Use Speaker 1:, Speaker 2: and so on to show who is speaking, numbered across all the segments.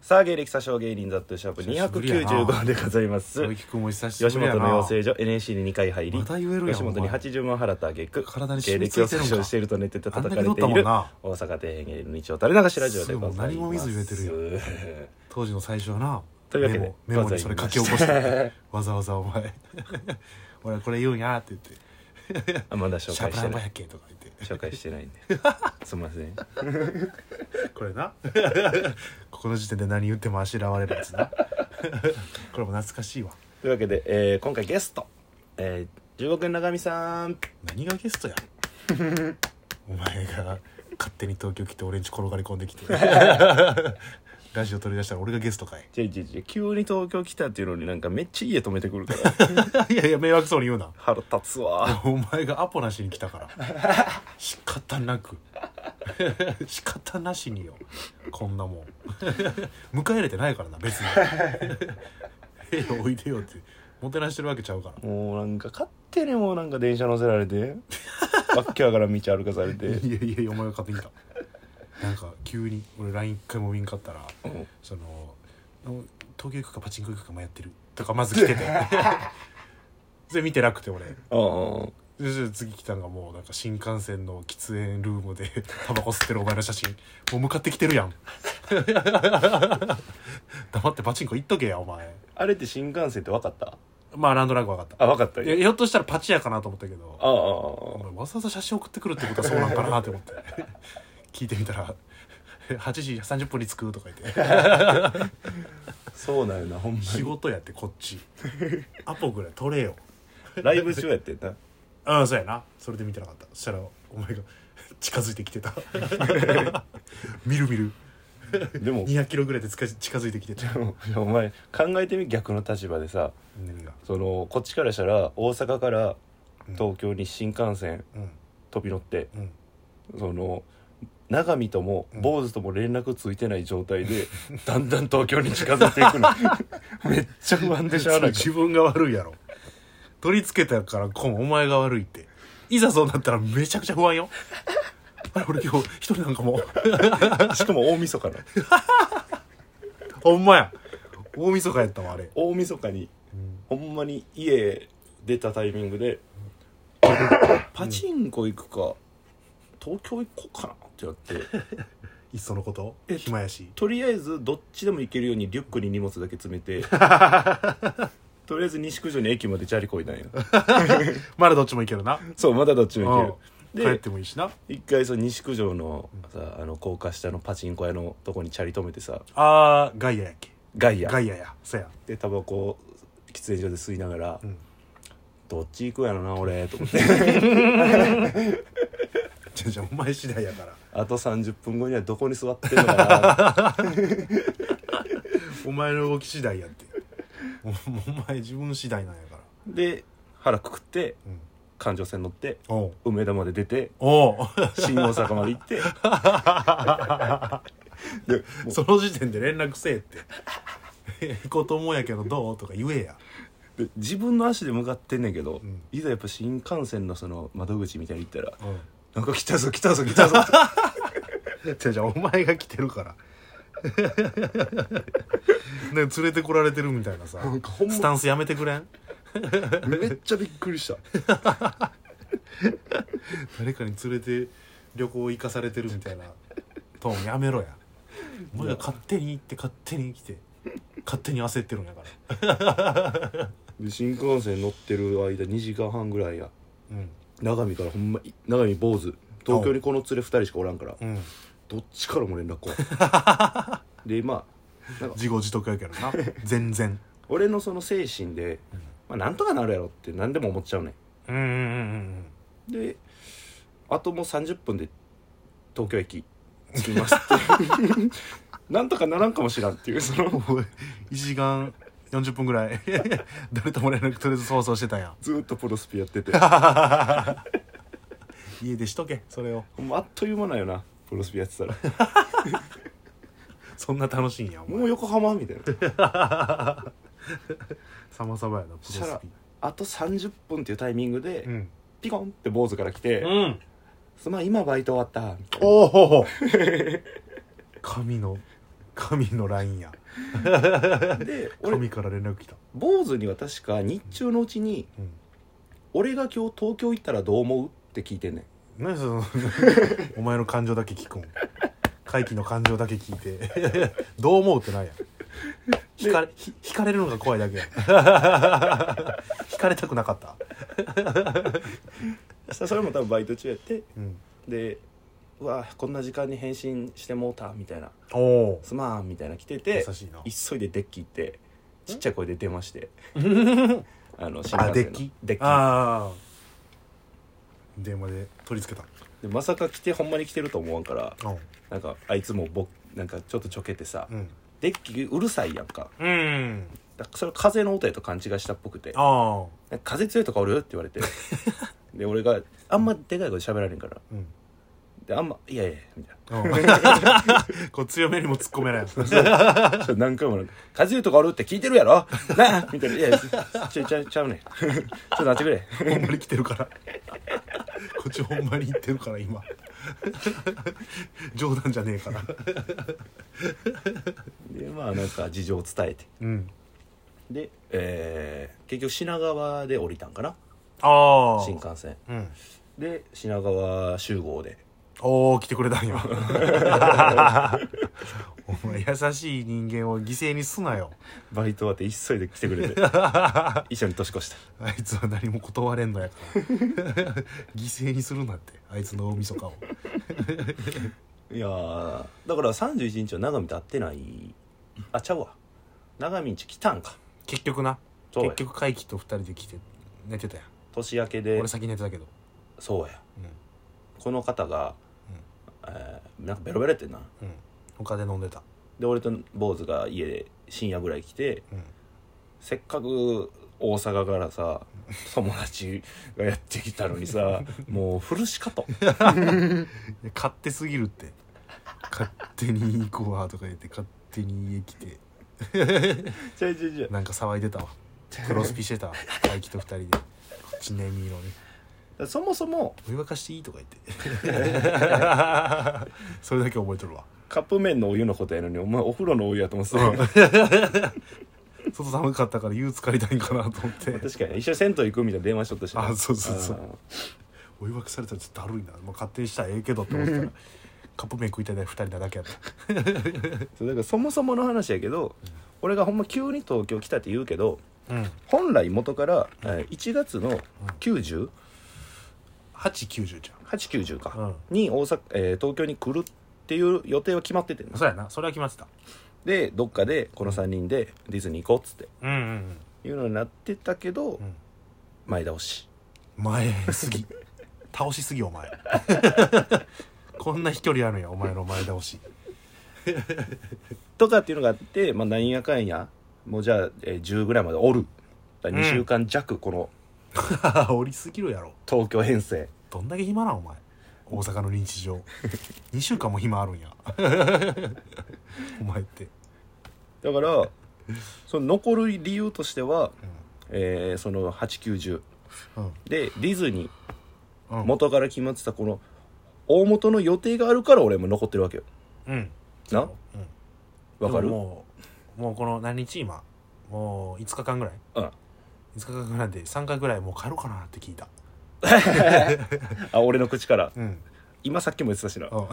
Speaker 1: さあ芸歴詐称芸人ザットシャープ295でございます
Speaker 2: 鈴木君も久しぶ
Speaker 1: 吉
Speaker 2: りや
Speaker 1: 本
Speaker 2: な
Speaker 1: の養成所 NSC に2回入り
Speaker 2: また言えるやん
Speaker 1: 吉本
Speaker 2: お
Speaker 1: に
Speaker 2: 前
Speaker 1: 80万払った挙句
Speaker 2: 体に
Speaker 1: 芸
Speaker 2: 染み
Speaker 1: 歴
Speaker 2: 付
Speaker 1: を
Speaker 2: いてる
Speaker 1: 詐
Speaker 2: んか
Speaker 1: 称していると寝てて叩かれて
Speaker 2: あんだけ
Speaker 1: い
Speaker 2: 乗ったも
Speaker 1: る
Speaker 2: んな
Speaker 1: 大阪底辺芸の日曜垂れ流しラジオでございます
Speaker 2: すごい何も見ず言えてるやん当時の最初はな
Speaker 1: というわけで
Speaker 2: メモメモにそれ書き起こして わざわざお前 俺はこれ言うんやって言って
Speaker 1: あまだ
Speaker 2: 「
Speaker 1: 紹
Speaker 2: シャ
Speaker 1: 介
Speaker 2: ープ
Speaker 1: し
Speaker 2: ナ
Speaker 1: て
Speaker 2: ンバ
Speaker 1: な
Speaker 2: ー
Speaker 1: い
Speaker 2: 百景」とか言 って
Speaker 1: 紹介してないんで すみません
Speaker 2: これな ここの時点で何言ってもあしらわれるやつな これも懐かしいわ
Speaker 1: というわけで、えー今回ゲスト、えー、中国の長見さん
Speaker 2: 何がゲ ストやお前が勝手に東京来て俺んち転がり込んでき てラジオ取り出したら俺がゲストかい
Speaker 1: 違う違う違う急に東京来たっていうのになんかめっちゃ家止めてくるから
Speaker 2: いやいや迷惑そうに言うな
Speaker 1: 腹立つわ
Speaker 2: お前がアポなしに来たから 仕方なく 仕方なしによこんな もん迎え入れてないからな別に ええよおいでよってもてなしてるわけちゃうから
Speaker 1: もうなんか勝手にもうなんか電車乗せられ てわっきわからん道歩かされて
Speaker 2: いやいやいやお前が勝手に来たなんか急に俺 LINE 一回も見んかったら、
Speaker 1: ん
Speaker 2: その東京行くかパチンコ行くか迷ってるとかまず来ててそれ見てなくて
Speaker 1: う
Speaker 2: 俺
Speaker 1: ん
Speaker 2: そしたら次来たのがもうなんか新幹線の喫煙ルームで タバコ吸ってるお前の写真もう向かってきてるやん 黙ってパチンコ行っとけやお前
Speaker 1: あれって新幹線って分かった
Speaker 2: まあなんとなく分かった
Speaker 1: あ分かった
Speaker 2: いやひょっとしたらパチやかなと思ったけど
Speaker 1: あああ
Speaker 2: お
Speaker 1: あ
Speaker 2: 前わざわざ写真送ってくるってことはそうなんかなって思って 聞いてみたら8時30分に着くとか言って
Speaker 1: あそうなんよなほんま
Speaker 2: 仕事やってこっちアポぐらい取れよ
Speaker 1: にライブ中やってんな
Speaker 2: うんそうやなそれで見てなかったそしたらお前が近づいてきてた 見る見る
Speaker 1: でも
Speaker 2: 200キロぐらいでつか近づいてきてた
Speaker 1: お前考えてみ逆の立場でさ
Speaker 2: 何が
Speaker 1: そのこっちからしたら大阪から東京に新幹線
Speaker 2: うん
Speaker 1: 飛び乗って
Speaker 2: うん
Speaker 1: その永見とも
Speaker 2: うん
Speaker 1: 坊主とも連絡ついてない状態 で、だんだん東京に近づいていく のめっちゃ不安でしゃあない
Speaker 2: 自分が悪いやろ取り付けたからこんお前が悪いっていざそうなったらめちゃくちゃ不安よ あれ俺今日一人なんかもう
Speaker 1: しかも大晦日の
Speaker 2: ほんまや大晦日やったわあれ
Speaker 1: 大晦日にほんまに家出たタイミングでパチンコ行くか、東京行こうかなってなって
Speaker 2: いっそのこと
Speaker 1: え
Speaker 2: 暇やし
Speaker 1: とりあえずどっちでも行けるようにリュックに荷物だけ詰めてとりあえず西九条に駅までチャリこいだんよ
Speaker 2: まだどっちもいけるな
Speaker 1: そうまだどっちも行ける
Speaker 2: 帰
Speaker 1: で
Speaker 2: ってもいいしな
Speaker 1: 一回その西九条のさあの高架下のパチンコ屋のとこにチャリ止めてさ
Speaker 2: あーガイアやっけ
Speaker 1: ガイア
Speaker 2: ガイアやそや
Speaker 1: でタバコを喫煙所で吸いながら、
Speaker 2: ん
Speaker 1: どっち行くやろな俺と思って
Speaker 2: じゃじゃお前次第やから
Speaker 1: あと30分後にはどこに座ってんのかな
Speaker 2: お前の動き次第やっておお前自分次第なんやから
Speaker 1: で腹くくって
Speaker 2: うん
Speaker 1: 環状線乗って
Speaker 2: おう
Speaker 1: 梅田まで出て
Speaker 2: おう
Speaker 1: 新大阪まで 行ってでもう
Speaker 2: その時点で連絡せえって 行こうと思うんやけどどうとか言えや
Speaker 1: で自分の足で向かってんねんけど、
Speaker 2: ん
Speaker 1: いざやっぱ新幹線のその窓口みたいに行ったら
Speaker 2: うん
Speaker 1: 「なんか来たぞ来たぞ来 たぞ」
Speaker 2: じゃじゃお前が来てるから ね連れてこられてるみたいなさ
Speaker 1: なんかほんま
Speaker 2: スタンスやめてくれん
Speaker 1: めっちゃびっくりした
Speaker 2: 誰かに連れて旅行行かされてるみたいなトーンやめろやお前が勝手に行って勝手に来て勝手に焦ってるんやから
Speaker 1: で新幹線乗ってる間2時間半ぐらいや
Speaker 2: うん
Speaker 1: 長見からほんまい長見坊主東京にこの連れ2人しかおらんから
Speaker 2: うん
Speaker 1: どっちからも連絡こ うでまあなんか
Speaker 2: 自業自得やけどな全然
Speaker 1: 俺のその精神で、まあ、なんとかなるやろって何でも思っちゃうね
Speaker 2: うんうんうん
Speaker 1: んであともう30分で東京駅着きますって なんとかならんかもしらんっていうその
Speaker 2: うんおい1時間40分ぐらい 誰とも連絡取れずそうそうしてたんや
Speaker 1: ずーっとプロスピや ってて
Speaker 2: 家でしとけそれを
Speaker 1: ほんまあっという間なんよなプロスピやって たら
Speaker 2: そんな楽しいんやお前
Speaker 1: もう横浜みたいな
Speaker 2: さまさまやなプ
Speaker 1: そしたらあと30分っていうタイミングで、
Speaker 2: うん
Speaker 1: ピコンって坊主から来て
Speaker 2: うん
Speaker 1: 「すまん今バイト終わった」みたいな
Speaker 2: おお神の神のラインや
Speaker 1: で俺
Speaker 2: 神から連絡来た
Speaker 1: 坊主には確か日中のうちに
Speaker 2: うん
Speaker 1: 「俺が今日東京行ったらどう思う?」って聞いてんねん
Speaker 2: 何その お前の感情だけ聞くん回帰の感情だけ聞いて どう思うってないやん引かれひ引かれるのが怖いだけやん引かれたくなかった
Speaker 1: さそれも多分バイト中やって
Speaker 2: うん
Speaker 1: で「うわこんな時間に返信してもうた」みたいな
Speaker 2: お
Speaker 1: 「
Speaker 2: お
Speaker 1: すまん」みたいな来て
Speaker 2: 優
Speaker 1: て
Speaker 2: しいな
Speaker 1: 急いでデッキ行ってちっちゃい声で出まして あの新
Speaker 2: あ
Speaker 1: 幹線
Speaker 2: デ
Speaker 1: の
Speaker 2: ッキ
Speaker 1: デッ
Speaker 2: ああ電話で取り付けた
Speaker 1: キでまさか来てほんまに来てると思わんから
Speaker 2: うん
Speaker 1: なんかあいつもぼなんかちょっとちょけてさ、
Speaker 2: うん
Speaker 1: デッキうるさいやんか
Speaker 2: うん
Speaker 1: だからそれ風の音やと勘違いしたっぽくて
Speaker 2: ああ
Speaker 1: 「風強いとかおる?」って言われ てで俺があんまでかい声喋られんから
Speaker 2: うん
Speaker 1: であんま「いやいや」みたいな
Speaker 2: うんこう強めにも突っ込め な い
Speaker 1: それ何回もなんか「風邪とかおるって聞いてるやろ なあ」みたいな「いやちょちゃちゃうねん ちょっと待ってくれ
Speaker 2: ほんまに来てるからこっちほんまに行ってるから今冗談じゃねえから」
Speaker 1: でまあなんか事情を伝えて
Speaker 2: うん
Speaker 1: で、えー結局品川で降りたんかな
Speaker 2: あ
Speaker 1: 新幹線
Speaker 2: うん
Speaker 1: で品川集合で
Speaker 2: おお来てくれたん やお前優しい人間を犠牲にすなよ
Speaker 1: バイト終わって急いで来てくれ て一緒に年越した
Speaker 2: あいつは何も断れんのやから 犠牲にするなってあいつの大晦日を
Speaker 1: いやーだから31日は長見と会ってないあちゃうわ長見んち来たんか
Speaker 2: 結局な
Speaker 1: そうや
Speaker 2: 結局会期と二人で来て寝てたやん
Speaker 1: 年明けで
Speaker 2: 俺先寝てたけど
Speaker 1: そうや
Speaker 2: うん
Speaker 1: この方が、えーなんかベロベロやってんな
Speaker 2: うん他で飲んでた
Speaker 1: で俺と坊主が家で深夜ぐらい来て
Speaker 2: うん
Speaker 1: せっかく大阪からさ友達がやってきたのに さもう古しかと
Speaker 2: いや勝手すぎるって勝手に行こうわとか言って勝手に家来て
Speaker 1: ちょいちょいちょい
Speaker 2: なんか騒いでたわクロスピしてたわ大輝と二人でこっちねみろに
Speaker 1: そもそも
Speaker 2: 「お湯沸かしていい?」とか言って それだけ覚えとるわ
Speaker 1: カップ麺のお湯のことやのにお前お風呂のお湯やと思ってた、
Speaker 2: 外寒かったから湯浸かりたいんかなと思って
Speaker 1: 確かに一緒に銭湯行くみたいな電話しとったしな
Speaker 2: あそうそうそう
Speaker 1: あ
Speaker 2: お湯沸かされたらちょっとだるいな、まあ、勝手にしたらええけどって思ったらカップ麺食いたいな二人なだけやった
Speaker 1: ーそうだからそもそもの話やけど、俺がほんま急に東京来たって言うけど
Speaker 2: うん
Speaker 1: 本来元から、えー1月の90、
Speaker 2: 890じ
Speaker 1: 890か、
Speaker 2: う
Speaker 1: に大阪、えー東京に来るっていう予定は決まっててん
Speaker 2: ゃん
Speaker 1: な
Speaker 2: そうやなそれは決まってた
Speaker 1: でどっかでこの3人でディズニー行こうっつっ
Speaker 2: うんうん
Speaker 1: ていうのになってたけど、
Speaker 2: うんうん
Speaker 1: 前倒し
Speaker 2: 前すぎ倒しすぎお前 こんな飛距離あるんやお前の前倒し
Speaker 1: とかっていうのがあって、まあ、なんやかんやもうじゃあ、えー10ぐらいまでおる2週間弱この
Speaker 2: 降りすぎるやろ
Speaker 1: 東京編成、
Speaker 2: どんだけ暇なんお前大阪の日常2週間も暇あるん やお前って
Speaker 1: だ からその残る理由としては、えーその890
Speaker 2: うん
Speaker 1: でディズニ
Speaker 2: う
Speaker 1: ー
Speaker 2: ん
Speaker 1: 元から決まってたこの大元の予定があるから俺も残ってるわけよ
Speaker 2: うん
Speaker 1: な
Speaker 2: うん
Speaker 1: わか
Speaker 2: で
Speaker 1: る
Speaker 2: ももうもうこの何日今もう5日間ぐらい
Speaker 1: うん
Speaker 2: 5日間ぐらいで3回ぐらいもう帰ろうかなって聞いた
Speaker 1: あ俺の口から
Speaker 2: うん
Speaker 1: 今さっきも言ってたしな
Speaker 2: うん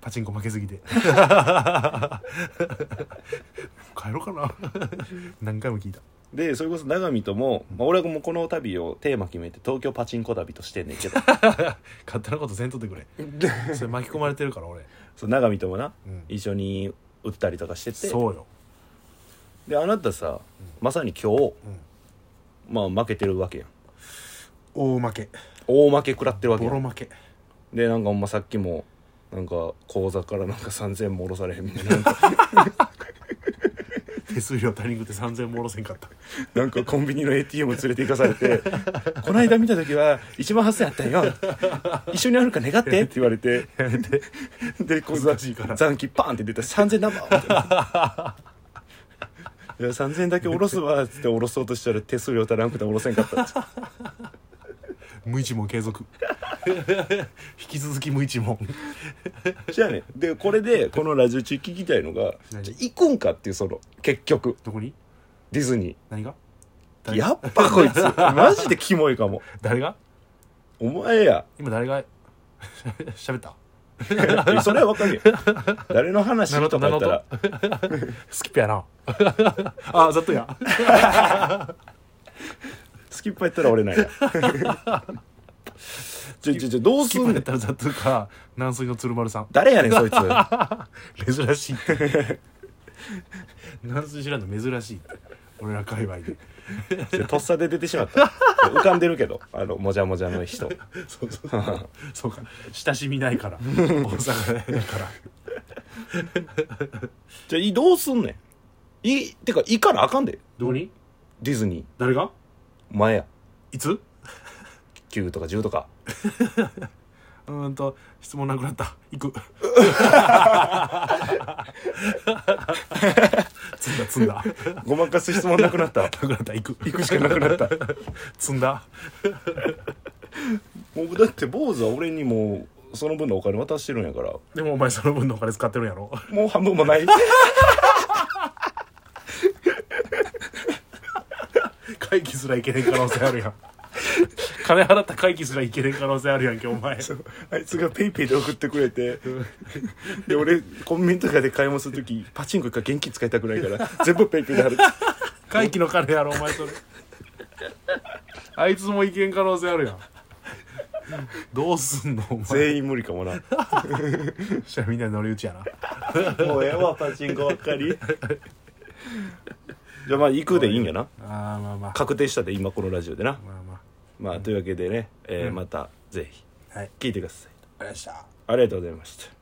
Speaker 2: パチンコ負けすぎて帰ろうか な何回も聞いた
Speaker 1: でそれこそ永見とも、まあ、俺はもうこの旅をテーマ決めて東京パチンコ旅としてんねん けど
Speaker 2: 勝手なことせんとってくれそれ巻き込まれてるから俺、
Speaker 1: そう永見ともな
Speaker 2: うん
Speaker 1: 一緒に打ったりとかしてて
Speaker 2: そうよ、
Speaker 1: であなたさまさに今日、
Speaker 2: うん、
Speaker 1: まあ、負けてるわけやん
Speaker 2: 大負け
Speaker 1: 大負け食らってるわけや
Speaker 2: ボロ
Speaker 1: ん
Speaker 2: 負け
Speaker 1: でなんかほんまさっきもなんか口座からなんか3000円も下ろされへんみたいななんか
Speaker 2: 手数料足りんくて3000円も下ろせんかった
Speaker 1: なんかコンビニの ATM 連れて行かされて「 この間見た時は1万8000円あったんよ一緒にあるか願って」って言われて で口座
Speaker 2: 難しいから
Speaker 1: 残機パンって出たら3000円生みたい ないや3000円だけ下ろすわっつって下ろそうとしたら手数料足らんくて下ろせんかったっつって
Speaker 2: 無一文継 続引き続き無一文
Speaker 1: じゃあねでこれでこのラジオ中聞きたいのが
Speaker 2: 何
Speaker 1: じゃあ行くんかっていうその結局
Speaker 2: どこに
Speaker 1: ディズニ
Speaker 2: 何が
Speaker 1: ー
Speaker 2: 誰が
Speaker 1: やっぱこいつマジでキモいかも
Speaker 2: 誰が
Speaker 1: お前 や
Speaker 2: 今誰が 喋った
Speaker 1: えそれはわかるやん誰の話
Speaker 2: なるほ
Speaker 1: と
Speaker 2: ど
Speaker 1: かやったら
Speaker 2: スキップや なあざっとや
Speaker 1: スキッパやったら俺なんや ちょちょちょどう
Speaker 2: スキ
Speaker 1: す
Speaker 2: ップ
Speaker 1: ん
Speaker 2: や
Speaker 1: ね
Speaker 2: っ
Speaker 1: ん
Speaker 2: たらざっとか軟水の鶴丸さん
Speaker 1: 誰 やねんそいつ
Speaker 2: 珍しい って軟水知らんの珍しいって俺ら界隈で
Speaker 1: ちょとっさで出てしまった浮かんでるけどあのもじゃ もじゃの人
Speaker 2: そうそうそうそうか親しみないから 大阪だから
Speaker 1: じゃあいどうすんねんいてかいからあかんで
Speaker 2: どこに
Speaker 1: ディズニー
Speaker 2: 誰が
Speaker 1: お前や
Speaker 2: いつう
Speaker 1: 9とか10とか
Speaker 2: ーんと質問なくなった 行く積んだ積んだ
Speaker 1: ごまかす質問なくなった
Speaker 2: なくなった行く
Speaker 1: 行くしかなくなった
Speaker 2: 積んだ
Speaker 1: もうだって坊主は俺にもうその分のお金渡してるんやから
Speaker 2: でもお前その分のお金使ってるんやろ
Speaker 1: もう半分もない
Speaker 2: 会議すらいけねえ可能性あるやん金払った会議すらいけねえ可能性あるやんけお 前
Speaker 1: あいつがペイペイで送ってくれ てで俺コンビニとかで買い物する時パチンコ行くか現金使いたくないから全部ペイペイで払って
Speaker 2: 会議の金やろお前それあいつもいけん可能性あるやんどうすんのお前
Speaker 1: 全員無理かもな
Speaker 2: そしたらみんな乗り打ちやな
Speaker 1: もうええわパチンコばっかりじゃあまあ行くでいいんやな
Speaker 2: ああまあまあ
Speaker 1: 確定したで今このラジオでな
Speaker 2: まあま
Speaker 1: まあというわけでね、えーまたぜひ
Speaker 2: あはい
Speaker 1: 聞いてください
Speaker 2: ありがとうございました
Speaker 1: ありがとうございました